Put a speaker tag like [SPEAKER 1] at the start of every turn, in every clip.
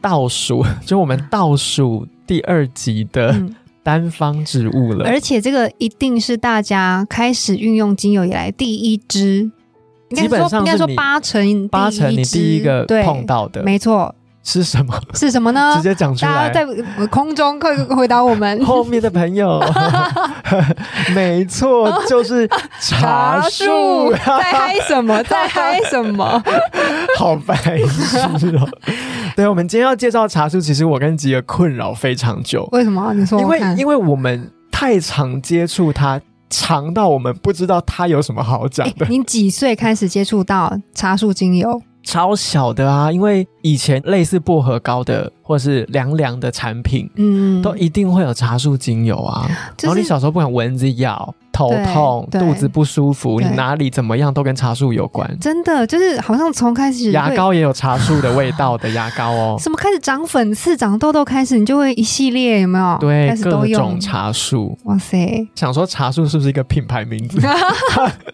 [SPEAKER 1] 倒数， 就我们倒数第二集的
[SPEAKER 2] 嗯，
[SPEAKER 1] 单方植物了。
[SPEAKER 3] 而且这个一定是大家开始运用精油以来第一支，应该
[SPEAKER 1] 基本
[SPEAKER 3] 说
[SPEAKER 1] 上
[SPEAKER 3] 应
[SPEAKER 1] 是
[SPEAKER 3] 该说
[SPEAKER 1] 你
[SPEAKER 3] 八成第一
[SPEAKER 1] 八成你
[SPEAKER 3] 支
[SPEAKER 1] 第一个
[SPEAKER 3] 对
[SPEAKER 1] 碰到的
[SPEAKER 3] 没错，
[SPEAKER 1] 是什么？
[SPEAKER 3] 是什么
[SPEAKER 1] 直
[SPEAKER 3] 呢？
[SPEAKER 1] 接讲出
[SPEAKER 3] 大家
[SPEAKER 1] 来。哦
[SPEAKER 3] 在呃空中快快回答我
[SPEAKER 1] 。
[SPEAKER 3] 们
[SPEAKER 1] 后面的朋友， 没错，就是茶 树，
[SPEAKER 3] 在嗨什么？在嗨什么？
[SPEAKER 1] 好白痴哦。对，我们今天要介绍茶树，其实我跟吉儿困扰非常久，
[SPEAKER 3] 为什么？啊你说
[SPEAKER 1] 因
[SPEAKER 3] 我
[SPEAKER 1] 为
[SPEAKER 3] 看。
[SPEAKER 1] 因为我们太常接触它，长到我们不知道它有什么好讲
[SPEAKER 3] 诶
[SPEAKER 1] 的，
[SPEAKER 3] 你哎几岁开始接触到茶树精油？
[SPEAKER 1] 超小的啊。因为以前类似薄荷膏的或是凉凉的产品，
[SPEAKER 3] 嗯，
[SPEAKER 1] 都一定会有茶树精油啊。
[SPEAKER 3] 就是
[SPEAKER 1] 然后你小时候不管蚊子咬、头
[SPEAKER 3] 对
[SPEAKER 1] 痛、
[SPEAKER 3] 对
[SPEAKER 1] 肚子不舒服，你
[SPEAKER 3] 对
[SPEAKER 1] 哪里怎么样都跟茶树有关。
[SPEAKER 3] 真的就是好像从开始
[SPEAKER 1] 牙
[SPEAKER 3] 会，
[SPEAKER 1] 膏也有茶树的味道的牙膏哦
[SPEAKER 3] 什么开始长粉刺、长痘痘开始，你就会一系列有没有？
[SPEAKER 1] 对
[SPEAKER 3] 开，始
[SPEAKER 1] 各
[SPEAKER 3] 都
[SPEAKER 1] 种
[SPEAKER 3] 用。
[SPEAKER 1] 茶树。
[SPEAKER 3] 哇 塞，
[SPEAKER 1] 想说茶树是不是一个品牌名 字？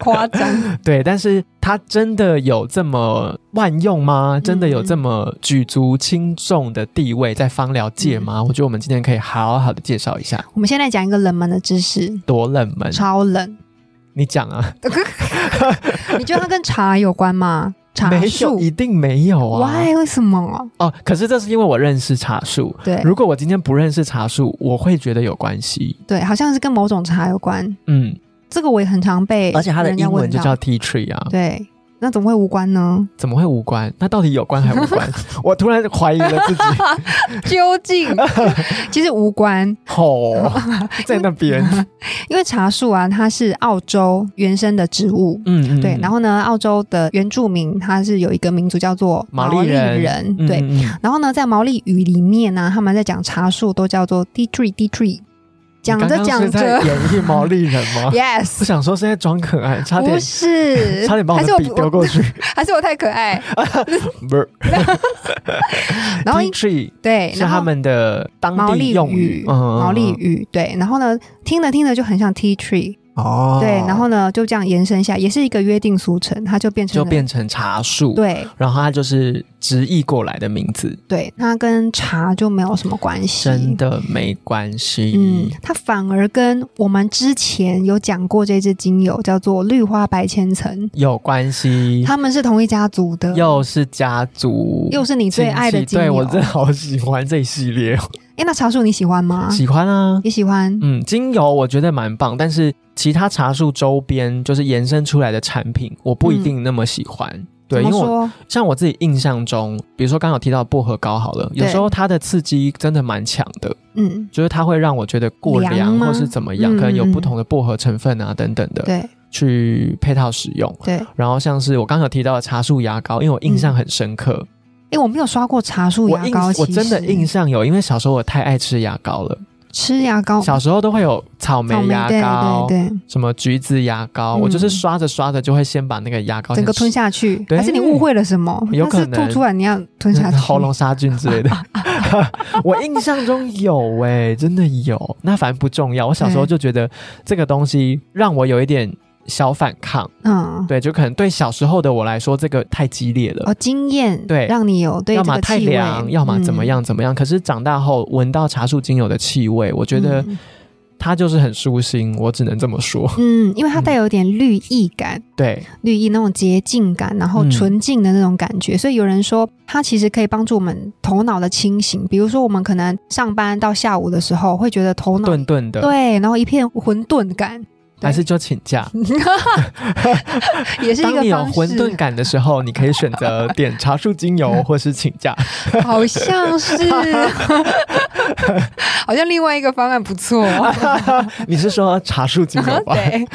[SPEAKER 3] 夸张！
[SPEAKER 1] 对，但是它真的有这么万用吗？真的
[SPEAKER 3] 嗯
[SPEAKER 1] 有这么举足轻重的地位在芳疗界
[SPEAKER 3] 嗯
[SPEAKER 1] 吗？我觉得我们今天可以好好的介绍一下，
[SPEAKER 3] 我们现在讲一个冷门的知识，
[SPEAKER 1] 多冷门！
[SPEAKER 3] 超冷。
[SPEAKER 1] 你讲啊，
[SPEAKER 3] 你觉得它跟茶有关吗？茶
[SPEAKER 1] 没有，
[SPEAKER 3] 树
[SPEAKER 1] 一定没有啊。
[SPEAKER 3] ？Why？为什么？
[SPEAKER 1] 哦，可是这是因为我认识茶树。
[SPEAKER 3] 对
[SPEAKER 1] 如果我今天不认识茶树，我会觉得有关系。
[SPEAKER 3] 对，好像是跟某种茶有关。
[SPEAKER 1] 嗯，
[SPEAKER 3] 这个我也很常被，
[SPEAKER 1] 而且它的英文就叫 tea tree 啊，
[SPEAKER 3] 对，那怎么会无关呢？
[SPEAKER 1] 怎么会无关？那到底有关还 无关？我突然怀疑了自己。
[SPEAKER 3] 究 竟其实无关，
[SPEAKER 1] 哦，在那 边，
[SPEAKER 3] 因为茶树啊，它是澳洲原生的植物。
[SPEAKER 1] 嗯嗯，
[SPEAKER 3] 对，然
[SPEAKER 1] 后
[SPEAKER 3] 后呢，澳洲的原住民他是有一个民族叫做
[SPEAKER 1] 毛利
[SPEAKER 3] 利
[SPEAKER 1] 人嗯
[SPEAKER 3] 人对，然后呢，在毛利语里面呢、他们在讲茶树都叫做 D tree D tree，讲着讲
[SPEAKER 1] 在
[SPEAKER 3] 着
[SPEAKER 1] 演绎毛利人吗？我
[SPEAKER 3] ，yes，
[SPEAKER 1] 想说是在装可爱， 差点
[SPEAKER 3] 不是，
[SPEAKER 1] 差点把我
[SPEAKER 3] 还是
[SPEAKER 1] 的
[SPEAKER 3] 我
[SPEAKER 1] 笔丢过去，
[SPEAKER 3] 还是我太可 爱。
[SPEAKER 1] 不是。
[SPEAKER 3] 然后
[SPEAKER 1] tea tree
[SPEAKER 3] 对，
[SPEAKER 1] 是
[SPEAKER 3] 然后
[SPEAKER 1] 他们的当
[SPEAKER 3] 毛
[SPEAKER 1] 地
[SPEAKER 3] 利
[SPEAKER 1] 用嗯
[SPEAKER 3] 语，毛利语对，然后呢，听着听着就很像 tea tree，
[SPEAKER 1] 哦，
[SPEAKER 3] 对，然后呢就这样延伸下，也是一个约定俗成，它就变成
[SPEAKER 1] 就
[SPEAKER 3] 了
[SPEAKER 1] 变成茶树，
[SPEAKER 3] 对
[SPEAKER 1] 然后它就是直译过来的名字，
[SPEAKER 3] 对，它跟茶就没有什么关系，
[SPEAKER 1] 真的没关系。
[SPEAKER 3] 嗯，它反而跟我们之前有讲过这支精油叫做绿花白千层，
[SPEAKER 1] 有关系，
[SPEAKER 3] 他们是同一家族的，
[SPEAKER 1] 又是家族，
[SPEAKER 3] 又是你
[SPEAKER 1] 亲
[SPEAKER 3] 最
[SPEAKER 1] 戚
[SPEAKER 3] 爱的精油。
[SPEAKER 1] 对我真的好喜欢这一系列，哦
[SPEAKER 3] 诶那茶树你喜欢吗？
[SPEAKER 1] 喜欢啊。
[SPEAKER 3] 也喜欢。
[SPEAKER 1] 嗯，精油我觉得蛮棒，但是其他茶树周边就是延伸出来的产品，我不一定那么喜欢。对，因
[SPEAKER 3] 嗯怎
[SPEAKER 1] 为
[SPEAKER 3] 么
[SPEAKER 1] 我
[SPEAKER 3] 说？
[SPEAKER 1] 像我自己印象中，比如说刚刚有提到薄荷膏好了，有
[SPEAKER 3] 对
[SPEAKER 1] 时候它的刺激真的蛮强的，
[SPEAKER 3] 嗯，
[SPEAKER 1] 就是它会让我觉得过
[SPEAKER 3] 凉
[SPEAKER 1] 凉
[SPEAKER 3] 吗
[SPEAKER 1] 或是怎么样，
[SPEAKER 3] 嗯
[SPEAKER 1] 可能有
[SPEAKER 3] 嗯
[SPEAKER 1] 不同的薄荷成分啊等等的
[SPEAKER 3] 对
[SPEAKER 1] 去配套使用。
[SPEAKER 3] 对，因
[SPEAKER 1] 然后像是我刚刚有提到的茶树牙膏，因为我印象很深刻，
[SPEAKER 3] 为我没有刷过嗯茶树
[SPEAKER 1] 我
[SPEAKER 3] 牙
[SPEAKER 1] 印
[SPEAKER 3] 膏，
[SPEAKER 1] 我
[SPEAKER 3] 其
[SPEAKER 1] 真的
[SPEAKER 3] 实
[SPEAKER 1] 印象有，因为小时候我太爱吃牙膏了，
[SPEAKER 3] 吃牙膏，
[SPEAKER 1] 小时候都会有草莓
[SPEAKER 3] 哦草莓
[SPEAKER 1] 牙膏，
[SPEAKER 3] 对对
[SPEAKER 1] 什么橘子牙膏，
[SPEAKER 3] 嗯
[SPEAKER 1] 我就是刷着刷着就会先把那个牙膏
[SPEAKER 3] 对，整个
[SPEAKER 1] 先
[SPEAKER 3] 吞下去，
[SPEAKER 1] 哦对
[SPEAKER 3] 还是你误会了什么？
[SPEAKER 1] 有
[SPEAKER 3] 它是
[SPEAKER 1] 可能
[SPEAKER 3] 吐出来你要吞 下去，
[SPEAKER 1] 喉咙杀菌之 类的。我印象中有哎、真的有。那反正不重要。我小时候就觉得这个东西让我有一点小反抗，
[SPEAKER 3] 嗯，
[SPEAKER 1] 对，就可能对小时候的我来说，这个太激烈了。
[SPEAKER 3] 哦，惊艳，
[SPEAKER 1] 对
[SPEAKER 3] 让你有对
[SPEAKER 1] 要
[SPEAKER 3] 这
[SPEAKER 1] 么
[SPEAKER 3] 个
[SPEAKER 1] 太
[SPEAKER 3] 气味嗯
[SPEAKER 1] 凉，要么怎么，样怎么样。可是长大后闻到茶树精油的气味，我
[SPEAKER 3] 嗯
[SPEAKER 1] 觉得
[SPEAKER 3] 嗯
[SPEAKER 1] 它就是很舒心，我只能这么说。
[SPEAKER 3] 嗯，因为它带有一点绿意感。
[SPEAKER 1] 对，
[SPEAKER 3] 绿意那种洁净感，然后
[SPEAKER 1] 嗯
[SPEAKER 3] 纯净的那种感觉。所以有人说，它其实可以帮助我们头脑的清醒。比如说，我们可能上班到下午的时候，会觉得头脑
[SPEAKER 1] 顿顿的，
[SPEAKER 3] 对，然后一片混沌感。
[SPEAKER 1] 还是就请假？
[SPEAKER 3] 也是一
[SPEAKER 1] 当
[SPEAKER 3] 个
[SPEAKER 1] 你有
[SPEAKER 3] 方
[SPEAKER 1] 混
[SPEAKER 3] 式，
[SPEAKER 1] 沌感的时候，你可以选择点茶树精油或是请假。
[SPEAKER 3] 好像是，好像另外一个方案不错。
[SPEAKER 1] 你是说茶树精油 吧？
[SPEAKER 3] 对，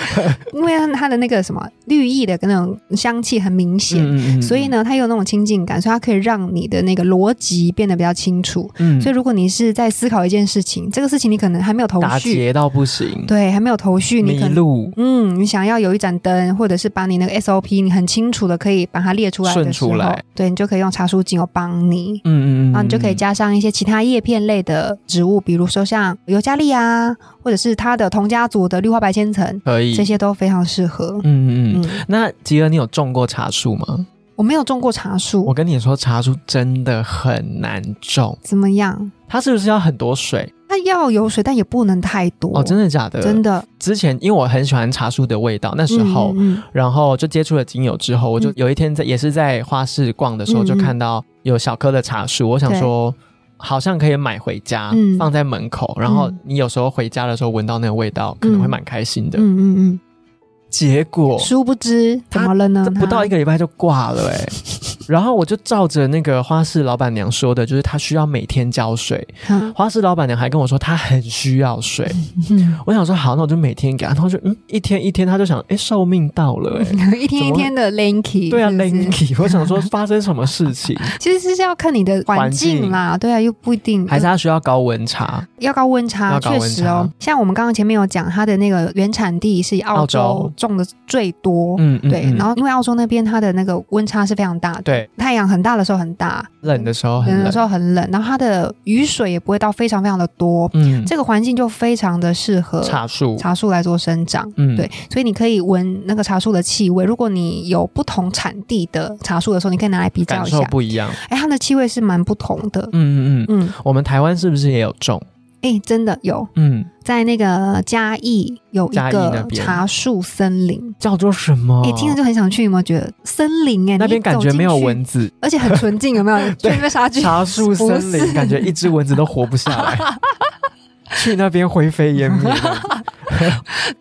[SPEAKER 3] 因为它的那个什么绿意的那种香气很明显，
[SPEAKER 1] 嗯
[SPEAKER 3] 所以，呢，它有那种亲近感，所以它可以让你的那个逻辑变得比较清楚。
[SPEAKER 1] 嗯
[SPEAKER 3] 所以如果你是在思考一件事情，这个事情你可能还没有头
[SPEAKER 1] 打
[SPEAKER 3] 绪，
[SPEAKER 1] 结到不行，
[SPEAKER 3] 对，还没有头绪，你
[SPEAKER 1] 迷
[SPEAKER 3] 可能。
[SPEAKER 1] 路。
[SPEAKER 3] 嗯，你想要有一盏灯，或者是把你那个 SOP，你很清楚的可以把它列出来的
[SPEAKER 1] 顺
[SPEAKER 3] 时候
[SPEAKER 1] 出来，
[SPEAKER 3] 对你就可以用茶树精油帮你。啊
[SPEAKER 1] 嗯嗯嗯，
[SPEAKER 3] 然后你就可以加上一些其他叶片类的植物，比如说像尤加利啊，或者是它的同家族的绿花白千层，
[SPEAKER 1] 可以
[SPEAKER 3] 这，些都非常适合。
[SPEAKER 1] 嗯嗯嗯。
[SPEAKER 3] 嗯，
[SPEAKER 1] 那吉儿，你有种过茶树吗？
[SPEAKER 3] 我没有种过茶
[SPEAKER 1] 我
[SPEAKER 3] 树，
[SPEAKER 1] 跟你说，茶树真的很难种，
[SPEAKER 3] 怎么样？
[SPEAKER 1] 它是不是要很多水？
[SPEAKER 3] 它要有水，但也不能太多。
[SPEAKER 1] 哦，真的假的？
[SPEAKER 3] 真。的，
[SPEAKER 1] 之前因为我很喜欢茶树的味道，那时
[SPEAKER 3] 嗯
[SPEAKER 1] 候，
[SPEAKER 3] 嗯
[SPEAKER 1] 然后就接触了精油之后，我就有一天在也是在花市逛的时候，
[SPEAKER 3] 嗯
[SPEAKER 1] 就看到有小颗的茶树，我想说。好像可以买回家，
[SPEAKER 3] 嗯
[SPEAKER 1] 放在门口，然后你有时候回家的时候闻到那个味道，可能会蛮开心的。
[SPEAKER 3] 嗯嗯嗯
[SPEAKER 1] 结果
[SPEAKER 3] 嗯，殊不知
[SPEAKER 1] 哦它
[SPEAKER 3] 怎么了呢
[SPEAKER 1] 这？不到一
[SPEAKER 3] 个，
[SPEAKER 1] 个礼拜就挂了 哎、然后我就照着那个花市老板娘说的，就是她需要每天浇水。
[SPEAKER 3] 嗯
[SPEAKER 1] 花市老板娘还跟我说她很需要水，
[SPEAKER 3] 嗯
[SPEAKER 1] 我想说好，那我就每天给她。然后就嗯，一天一天，她就想哎、寿命到了哎、
[SPEAKER 3] 一天一天的 lanky，
[SPEAKER 1] 对啊
[SPEAKER 3] 嗯是不是
[SPEAKER 1] ，Lanky，我想说发生什么 事情，
[SPEAKER 3] 其实是要看你的环境啦，对啊，又不一定
[SPEAKER 1] 还是他需要高温茶？
[SPEAKER 3] 要高温
[SPEAKER 1] 要
[SPEAKER 3] 差，
[SPEAKER 1] 高温
[SPEAKER 3] 确
[SPEAKER 1] 差
[SPEAKER 3] 实哦。像我们刚刚前面有讲，它的那个原产地是以澳
[SPEAKER 1] 澳
[SPEAKER 3] 洲
[SPEAKER 1] 洲
[SPEAKER 3] 种的最多，
[SPEAKER 1] 嗯，嗯
[SPEAKER 3] 对。
[SPEAKER 1] 嗯
[SPEAKER 3] 然后因为澳洲那边它的那个温差是非常大的，
[SPEAKER 1] 对，
[SPEAKER 3] 太阳很大的时候很大，
[SPEAKER 1] 冷的时候
[SPEAKER 3] 冷
[SPEAKER 1] 很
[SPEAKER 3] 的
[SPEAKER 1] 冷
[SPEAKER 3] 时，候很嗯冷，然后它的雨水也不会到非常非常的多，
[SPEAKER 1] 嗯，
[SPEAKER 3] 这个环境就非常的适合
[SPEAKER 1] 茶树，
[SPEAKER 3] 茶树来做生长。
[SPEAKER 1] 嗯，
[SPEAKER 3] 对，所以你可以闻那个茶树的气味。如果你有不同产地的茶树的时候，你可以拿来比较
[SPEAKER 1] 感
[SPEAKER 3] 一下
[SPEAKER 1] 受，不一样。
[SPEAKER 3] 哎，它的气味是蛮不同的。
[SPEAKER 1] 嗯嗯嗯，
[SPEAKER 3] 嗯，
[SPEAKER 1] 我们台湾是不是也有种？
[SPEAKER 3] 哎、真的有
[SPEAKER 1] 嗯，
[SPEAKER 3] 在那个嘉义有一
[SPEAKER 1] 嘉义那
[SPEAKER 3] 个
[SPEAKER 1] 边
[SPEAKER 3] 茶树森林，
[SPEAKER 1] 叫做什么
[SPEAKER 3] 哎、？听着就很想去，有没有觉得森林、哎，
[SPEAKER 1] 那
[SPEAKER 3] 你
[SPEAKER 1] 边感
[SPEAKER 3] 走
[SPEAKER 1] 觉
[SPEAKER 3] 进
[SPEAKER 1] 没有
[SPEAKER 3] 去，
[SPEAKER 1] 蚊子，
[SPEAKER 3] 而且很纯净，有 没有？去
[SPEAKER 1] 对
[SPEAKER 3] 那边杀菌，
[SPEAKER 1] 茶树森
[SPEAKER 3] 不
[SPEAKER 1] 林，
[SPEAKER 3] 是
[SPEAKER 1] 感觉一只蚊子都活不下 来。去那边灰飞烟灭的，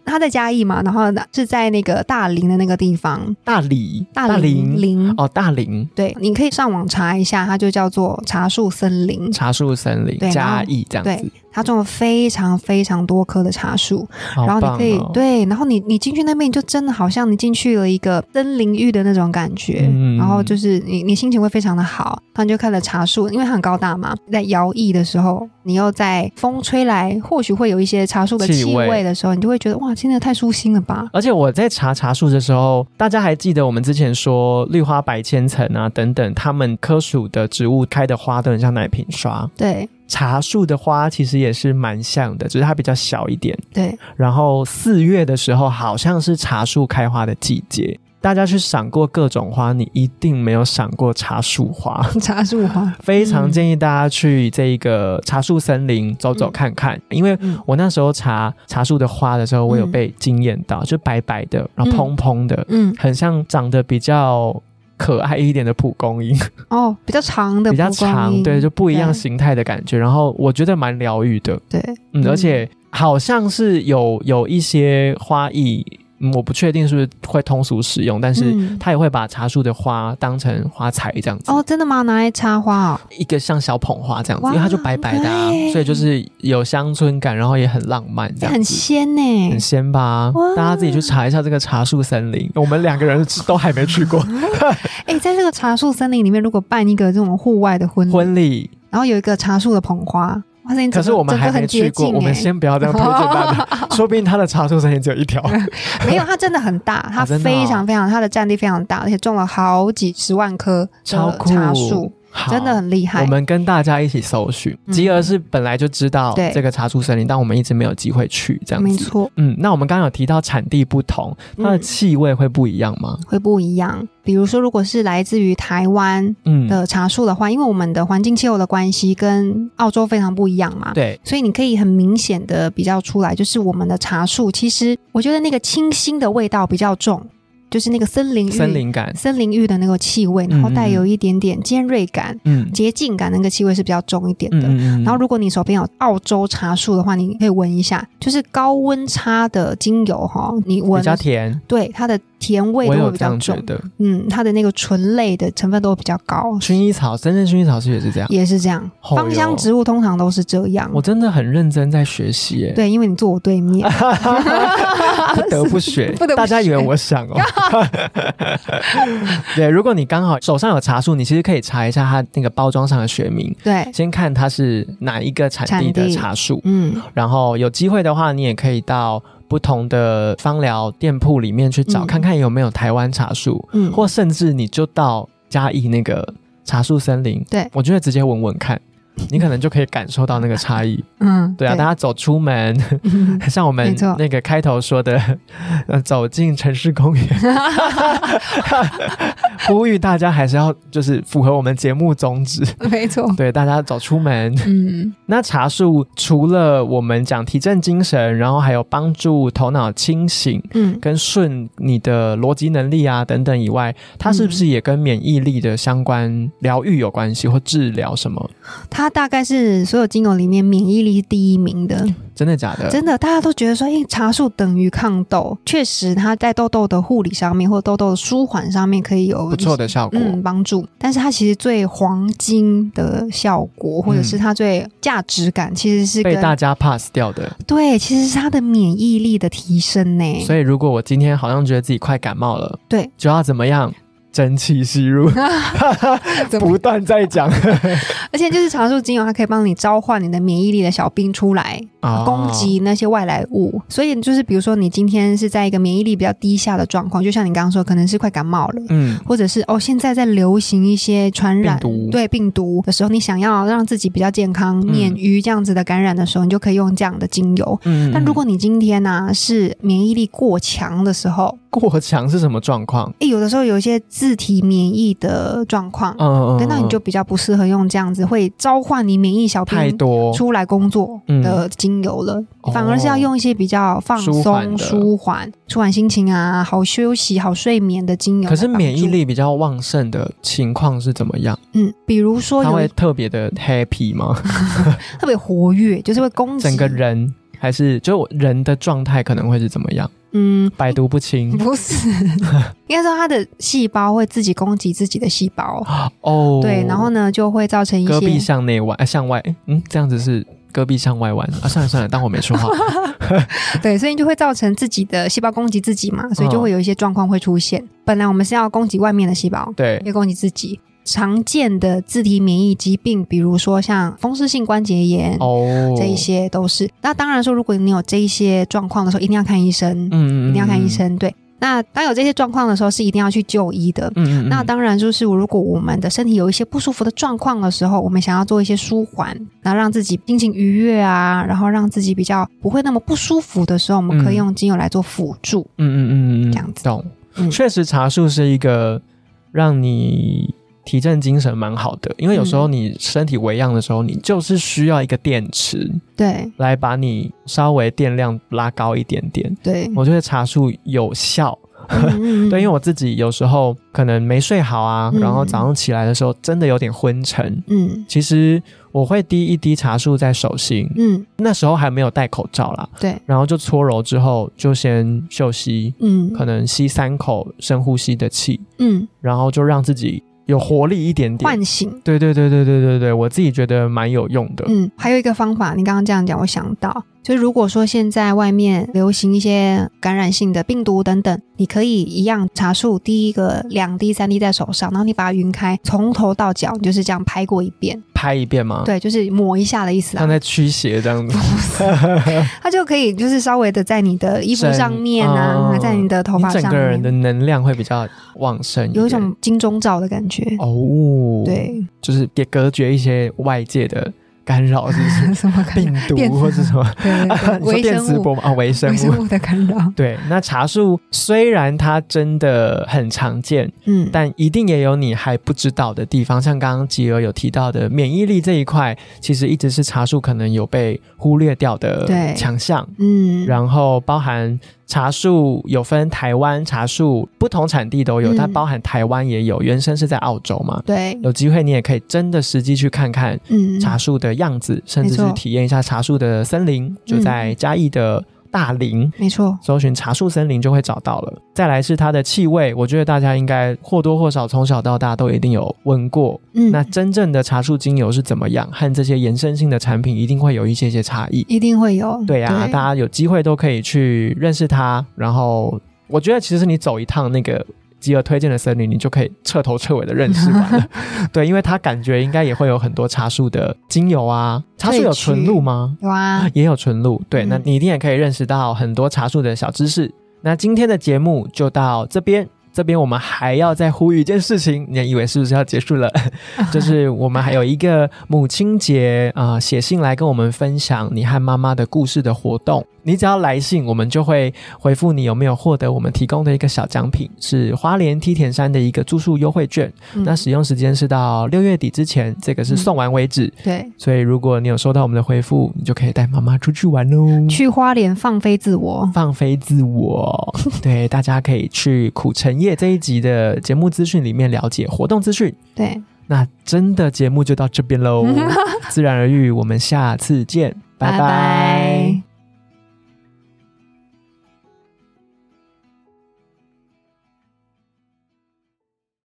[SPEAKER 3] 它在嘉义嘛，然后是在那个大林的那个地方，
[SPEAKER 1] 大理，
[SPEAKER 3] 大林林。
[SPEAKER 1] 哦，大理
[SPEAKER 3] 对，你可以上网查一下，它就叫做茶树森林。
[SPEAKER 1] 茶树森林
[SPEAKER 3] 对然
[SPEAKER 1] 嘉
[SPEAKER 3] 后
[SPEAKER 1] 义这样
[SPEAKER 3] 对
[SPEAKER 1] 子，，
[SPEAKER 3] 它种了非常非常多棵的茶树，
[SPEAKER 1] 好
[SPEAKER 3] 然后你
[SPEAKER 1] 棒
[SPEAKER 3] 可以
[SPEAKER 1] 哦
[SPEAKER 3] 对，然后你你进去那边，你就真的好像你进去了一个森林浴的那种感觉，
[SPEAKER 1] 嗯
[SPEAKER 3] 然后就是你你心情会非常的好，然后你就看了茶树，因为它很高大嘛，在摇曳的时候，你又在风吹来，或许会有一些茶树的
[SPEAKER 1] 气
[SPEAKER 3] 气
[SPEAKER 1] 味
[SPEAKER 3] 味的时候，你就会觉得哇，真的太舒心了吧？
[SPEAKER 1] 而且我在查茶树的时候，大家还记得我们之前说绿花白千层啊等等，它们科属的植物开的花都很像奶瓶刷。
[SPEAKER 3] 对
[SPEAKER 1] 茶树的花其实也是蛮像的，只是它比较小一点。
[SPEAKER 3] 对，
[SPEAKER 1] 然后四月的时候，好像是茶树开花的季节。大家去赏过各种花，你一定没有赏过茶树花。
[SPEAKER 3] 茶树花，
[SPEAKER 1] 非常建议大家去这一个茶树森林走走看看，因为
[SPEAKER 3] 嗯
[SPEAKER 1] 我那时候查茶树的花的时候，我有被惊艳到，就白白的，然后蓬蓬的，
[SPEAKER 3] 嗯，
[SPEAKER 1] 很像长得比较可爱一点的蒲公英，
[SPEAKER 3] 哦，比较长的
[SPEAKER 1] 比较
[SPEAKER 3] 蒲公
[SPEAKER 1] 长，
[SPEAKER 3] 英
[SPEAKER 1] 对，就不一样
[SPEAKER 3] 对
[SPEAKER 1] 形态的感觉。然后我觉得蛮疗愈的，
[SPEAKER 3] 对，
[SPEAKER 1] 嗯，
[SPEAKER 3] 嗯
[SPEAKER 1] 而且好像是有有一些花艺，嗯我不确定是不是会通俗使用，但是
[SPEAKER 3] 嗯
[SPEAKER 1] 它也会把茶树的花当成花材这样子。
[SPEAKER 3] 哦，真的吗？拿来插花哦，
[SPEAKER 1] 一个像小捧花这样子，
[SPEAKER 3] 哇
[SPEAKER 1] 因为它就白白的、啊，
[SPEAKER 3] 对
[SPEAKER 1] 所以就是有乡村感，然后也很浪漫
[SPEAKER 3] 哎
[SPEAKER 1] 这样
[SPEAKER 3] 很
[SPEAKER 1] 子。
[SPEAKER 3] 鲜呢、
[SPEAKER 1] 很鲜吧
[SPEAKER 3] 嗯哇？
[SPEAKER 1] 大家自己去查一下这个茶树森林，我们两个人都还没去 过
[SPEAKER 3] 哎、在这个茶树森林里面，如果办一个这种户外的婚礼，
[SPEAKER 1] 婚礼，
[SPEAKER 3] 然后有一个茶树的捧花，哇塞，你整
[SPEAKER 1] 可
[SPEAKER 3] 个
[SPEAKER 1] 是我们
[SPEAKER 3] 整个
[SPEAKER 1] 还没
[SPEAKER 3] 很接
[SPEAKER 1] 去过。
[SPEAKER 3] 近
[SPEAKER 1] 我们
[SPEAKER 3] 哎、
[SPEAKER 1] 先不要这样推荐大家，说不定它的茶树森林只有一条。
[SPEAKER 3] 嗯没有，它真的很 大，它
[SPEAKER 1] 真的哦
[SPEAKER 3] 非常非常，它的占地非常大，而且种了好几十万棵
[SPEAKER 1] 超
[SPEAKER 3] 的
[SPEAKER 1] 酷
[SPEAKER 3] 茶树，
[SPEAKER 1] 好
[SPEAKER 3] 真的很厉害
[SPEAKER 1] 我。们跟大家一起搜寻。
[SPEAKER 3] 嗯
[SPEAKER 1] 吉儿是本来就知道
[SPEAKER 3] 对
[SPEAKER 1] 这个茶树森林，但我们一直没有机会去这样
[SPEAKER 3] 没
[SPEAKER 1] 子。
[SPEAKER 3] 错，
[SPEAKER 1] 嗯，那我们刚刚有提到产地不同，它的
[SPEAKER 3] 嗯
[SPEAKER 1] 气味会不一样吗？
[SPEAKER 3] 会不一样。比如说，如果是来自于台湾
[SPEAKER 1] 嗯，
[SPEAKER 3] 的茶树的话，因为我们的环境气候的关系跟澳洲非常不一样嘛，
[SPEAKER 1] 对，
[SPEAKER 3] 所以你可以很明显的比较出来，就是我们的茶树，其实我觉得那个清新的味道比较重，就是那个森林浴
[SPEAKER 1] 森林感，
[SPEAKER 3] 森林浴的那个气味，然后带有一点点尖锐感、
[SPEAKER 1] 嗯
[SPEAKER 3] 洁净感，那个气味是比较重一点
[SPEAKER 1] 嗯
[SPEAKER 3] 的。
[SPEAKER 1] 嗯嗯，
[SPEAKER 3] 然后，如果你手边有澳洲茶树的话，你可以闻一下，就是高温差的精油哈，你闻
[SPEAKER 1] 比较甜，
[SPEAKER 3] 对它的甜味
[SPEAKER 1] 我
[SPEAKER 3] 都会
[SPEAKER 1] 有
[SPEAKER 3] 比
[SPEAKER 1] 这
[SPEAKER 3] 较
[SPEAKER 1] 样觉
[SPEAKER 3] 重，
[SPEAKER 1] 得。
[SPEAKER 3] 嗯，它的那个醇类的成分都会比较高，
[SPEAKER 1] 薰衣草，真正薰衣草是也是这 样。
[SPEAKER 3] 也是这样。
[SPEAKER 1] 哦哟
[SPEAKER 3] 芳香植物通常都是这样，
[SPEAKER 1] 我真的很认真在学习耶，
[SPEAKER 3] 对，因为你坐我对 面，
[SPEAKER 1] 不得不学
[SPEAKER 3] 不得不学
[SPEAKER 1] 大家以为我想 哦。对，如果你刚好手上有茶树，你其实可以查一下它那个包装上的学名，
[SPEAKER 3] 对，
[SPEAKER 1] 先看它是哪一个产地
[SPEAKER 3] 哎产
[SPEAKER 1] 的
[SPEAKER 3] 地
[SPEAKER 1] 茶树。
[SPEAKER 3] 嗯，
[SPEAKER 1] 然后有机会的话，你也可以到不同的芳疗店铺里面去找，
[SPEAKER 3] 嗯
[SPEAKER 1] 看看有没有台湾茶树，
[SPEAKER 3] 嗯
[SPEAKER 1] 或甚至你就到嘉义那个茶树森林，
[SPEAKER 3] 对
[SPEAKER 1] 我觉得直接闻闻看，你可能就可以感受到那个差异。
[SPEAKER 3] 嗯，
[SPEAKER 1] 对啊，大家走出门，
[SPEAKER 3] 嗯
[SPEAKER 1] 像我们
[SPEAKER 3] 没错
[SPEAKER 1] 那个开头说的，呃走进城市公园， 呼吁大家还是要就是符合我们节目宗旨。
[SPEAKER 3] 没错，
[SPEAKER 1] 对，大家走出门，
[SPEAKER 3] 嗯，
[SPEAKER 1] 那茶树除了我们讲提振精神，然后还有帮助头脑清醒
[SPEAKER 3] 嗯，
[SPEAKER 1] 跟顺你的逻辑能力啊等等以外，它是不是也跟免疫力的相关疗愈有关系，或治疗什么？
[SPEAKER 3] 它大概是所有精油里面免疫力是第一名的，
[SPEAKER 1] 真的假的？
[SPEAKER 3] 真的，大家都觉得说，哎，茶树等于抗痘，确实它在痘痘的护理上面或痘痘的舒缓上面可以有
[SPEAKER 1] 不错的效果。
[SPEAKER 3] 嗯帮助，但是它其实最黄金的效果，或者是它最价值感，其实是
[SPEAKER 1] 被
[SPEAKER 3] 跟
[SPEAKER 1] 大家 pass 掉的，
[SPEAKER 3] 对，其实是它的免疫力的提升呢。
[SPEAKER 1] 所以如果我今天好像觉得自己快感冒了，
[SPEAKER 3] 对，
[SPEAKER 1] 就要怎么样？蒸汽吸入，
[SPEAKER 3] 怎么
[SPEAKER 1] 不断在讲
[SPEAKER 3] 而且就是茶树精油，它可以帮你召唤你的免疫力的小兵出来，
[SPEAKER 1] 哦
[SPEAKER 3] 攻击那些外来物。所以就是比如说，你今天是在一个免疫力比较低下的状况，就像你刚刚说，可能是快感冒了。
[SPEAKER 1] 嗯，
[SPEAKER 3] 或者是哦，现在在流行一些传染
[SPEAKER 1] 病毒
[SPEAKER 3] 对病毒的时候，你想要让自己比较健康，
[SPEAKER 1] 嗯
[SPEAKER 3] 免于这样子的感染的时候，你就可以用这样的精油。
[SPEAKER 1] 嗯，
[SPEAKER 3] 但如果你今天呢、是免疫力过强的时候，
[SPEAKER 1] 过强是什么状况？
[SPEAKER 3] 诶，有的时候有一些自体免疫的状况，
[SPEAKER 1] 嗯，
[SPEAKER 3] 对，那你就比较不适合用这样子会召唤你免疫小
[SPEAKER 1] 太
[SPEAKER 3] 兵
[SPEAKER 1] 多
[SPEAKER 3] 出来工作的精油了，
[SPEAKER 1] 哦
[SPEAKER 3] 反而是要用一些比较放
[SPEAKER 1] 舒缓
[SPEAKER 3] 松、
[SPEAKER 1] 的
[SPEAKER 3] 舒缓、舒缓心情啊，好休息、好睡眠的精油来
[SPEAKER 1] 可
[SPEAKER 3] 帮助。
[SPEAKER 1] 是免疫力比较旺盛的情况是怎么样？
[SPEAKER 3] 嗯，比如说
[SPEAKER 1] 他
[SPEAKER 3] 有
[SPEAKER 1] 会特别的 happy 吗？
[SPEAKER 3] 特别活跃，就是会攻击
[SPEAKER 1] 整个。人还是就我人的状态可能会是怎么样？
[SPEAKER 3] 嗯，
[SPEAKER 1] 百毒 不侵
[SPEAKER 3] 不 是，应该说他的细胞会自己攻击自己的细胞，
[SPEAKER 1] 哦。
[SPEAKER 3] 对，然后呢就会造成一
[SPEAKER 1] 戈壁
[SPEAKER 3] 些。
[SPEAKER 1] 向内弯，哎向外，哎嗯，这样子是戈壁向外弯啊。算了算了，当我没 说话。
[SPEAKER 3] 对，所以就会造成自己的细胞攻击自己
[SPEAKER 1] 嗯
[SPEAKER 3] 嘛，所以就会有一些状况会出现。本来我们是要攻击外面的细胞，
[SPEAKER 1] 对，
[SPEAKER 3] 也攻击自己。常见的自体免疫疾病，比如说像风湿性关节炎。
[SPEAKER 1] 哦，
[SPEAKER 3] 这一，些都是，那当然说，如果你有这一些状况的时候，一定要看医生，
[SPEAKER 1] 嗯
[SPEAKER 3] 一定要看医。生。对，那当有这些状况的时候，是一定要去就医的。
[SPEAKER 1] 嗯嗯嗯，
[SPEAKER 3] 那当然，就是如果我们的身体有一些不舒服的状况的时候，我们想要做一些舒缓，然后让自己心情愉悦啊，然后让自己比较不会那么不舒服的时候，我们可以用精油来做辅助。
[SPEAKER 1] 嗯嗯嗯嗯嗯，
[SPEAKER 3] 这样子
[SPEAKER 1] 懂。
[SPEAKER 3] 嗯
[SPEAKER 1] 确实，茶树是一个让你提振精神蛮好的，因为有时候你身体微恙的时候，你就是需要一个电池
[SPEAKER 3] 对
[SPEAKER 1] 来把你稍微电量拉高一点点。
[SPEAKER 3] 对，
[SPEAKER 1] 我觉得茶树有效，
[SPEAKER 3] 嗯
[SPEAKER 1] 哦对，因为我自己有时候可能没睡好啊，
[SPEAKER 3] 嗯
[SPEAKER 1] 然后早上起来的时候真的有点昏沉。
[SPEAKER 3] 嗯
[SPEAKER 1] 其实我会滴一滴茶树在手心，
[SPEAKER 3] 嗯
[SPEAKER 1] 那时候还没有戴口罩啦，
[SPEAKER 3] 对，
[SPEAKER 1] 然后就搓揉之后就先休息，
[SPEAKER 3] 嗯
[SPEAKER 1] 可能吸三口深呼吸的气，
[SPEAKER 3] 嗯
[SPEAKER 1] 然后就让自己有活力一点点。
[SPEAKER 3] 唤醒。
[SPEAKER 1] 对对对对对对对，我自己觉得蛮有用的。
[SPEAKER 3] 嗯，还有一个方法，你刚刚这样讲，我想到，就是如果说现在外面流行一些感染性的病毒等等，你可以一样茶树滴一个两滴、三滴在手上，然后你把它匀开，从头到脚你就是这样拍过一遍，
[SPEAKER 1] 拍一遍吗？，
[SPEAKER 3] 对，就是抹一下的意思啊，
[SPEAKER 1] 像在驱邪这样子。
[SPEAKER 3] 它就可以就是稍微的在你的衣服
[SPEAKER 1] 整
[SPEAKER 3] 上面啊，
[SPEAKER 1] 嗯
[SPEAKER 3] 在你的 头
[SPEAKER 1] 你
[SPEAKER 3] 发
[SPEAKER 1] 整
[SPEAKER 3] 上
[SPEAKER 1] 个人
[SPEAKER 3] 面，
[SPEAKER 1] 的能量会比较旺盛点
[SPEAKER 3] 有一种金钟罩的感觉，
[SPEAKER 1] 哦，，
[SPEAKER 3] 对。
[SPEAKER 1] 就是也隔绝一些外界的干扰，是不 是？
[SPEAKER 3] 什么干
[SPEAKER 1] 病
[SPEAKER 3] 扰？
[SPEAKER 1] 毒
[SPEAKER 3] 电子
[SPEAKER 1] 或是什 么？
[SPEAKER 3] 对对对，
[SPEAKER 1] 你说
[SPEAKER 3] 微
[SPEAKER 1] 电磁
[SPEAKER 3] 生物
[SPEAKER 1] 波吗？啊，微生
[SPEAKER 3] 微
[SPEAKER 1] 物。
[SPEAKER 3] 生物的干扰。
[SPEAKER 1] 对，那茶树虽然它真的很常见，
[SPEAKER 3] 嗯，
[SPEAKER 1] 但一定也有你还不知道的地方。像刚刚吉儿有提到的免疫力这一块，其实一直是茶树可能有被忽略掉的
[SPEAKER 3] 对
[SPEAKER 1] 强项。
[SPEAKER 3] 嗯，
[SPEAKER 1] 然后包含茶树有分台湾茶树，不同产地都有，
[SPEAKER 3] 嗯
[SPEAKER 1] 它包含台湾也有，原生是在澳洲嘛。
[SPEAKER 3] 对，
[SPEAKER 1] 有机会你也可以真的实际去看看
[SPEAKER 3] 嗯，
[SPEAKER 1] 茶树的样子，甚至
[SPEAKER 3] 没
[SPEAKER 1] 是
[SPEAKER 3] 错嗯
[SPEAKER 1] 体验一下茶树的森林，就在嘉义的大林。
[SPEAKER 3] 没错，
[SPEAKER 1] 搜寻茶树森林就会找到了。再来是它的气味，我觉得大家应该或多或少从小到大都一定有闻过。
[SPEAKER 3] 嗯，
[SPEAKER 1] 那真正的茶树精油是怎么样，和这些延伸性的产品一定会有一些些差异。
[SPEAKER 3] 一定会有。
[SPEAKER 1] 对呀、大家有机会都可以去认识它。然后，我觉得其实你走一趟那个吉尔推荐的森林，你就可以彻头彻尾的认识完了。对，因为它感觉应该也会有很多茶树的精油啊。茶树有纯露吗？
[SPEAKER 3] 有啊，
[SPEAKER 1] 也有纯露。对，那
[SPEAKER 3] 嗯
[SPEAKER 1] 你一定也可以认识到很多茶树的小知识。那今天的节目就到这边。这边我们还要再呼吁一件事情，你以为是不是要结束了？ 就是我们还有一个母亲节啊、呃写信来跟我们分享你和妈妈的故事的活动。你只要来信，我们就会回复你有没有获得我们提供的一个小奖品，是花莲梯田山的一个住宿优惠券。
[SPEAKER 3] 嗯
[SPEAKER 1] 那使用时间是到六月底之前，这个是送完为止。
[SPEAKER 3] 对，
[SPEAKER 1] 所以如果你有收到我们的回复，你就可以带妈妈出去玩喽。
[SPEAKER 3] 去花莲放飞自我。
[SPEAKER 1] 放飞自 我，对，大家可以去苦橙叶这一集的节目资讯里面了解活动资讯。
[SPEAKER 3] 对，
[SPEAKER 1] 那哦真的节目就到这边喽，自然而愈，我们下次见，拜
[SPEAKER 3] 拜
[SPEAKER 1] 拜。
[SPEAKER 3] 拜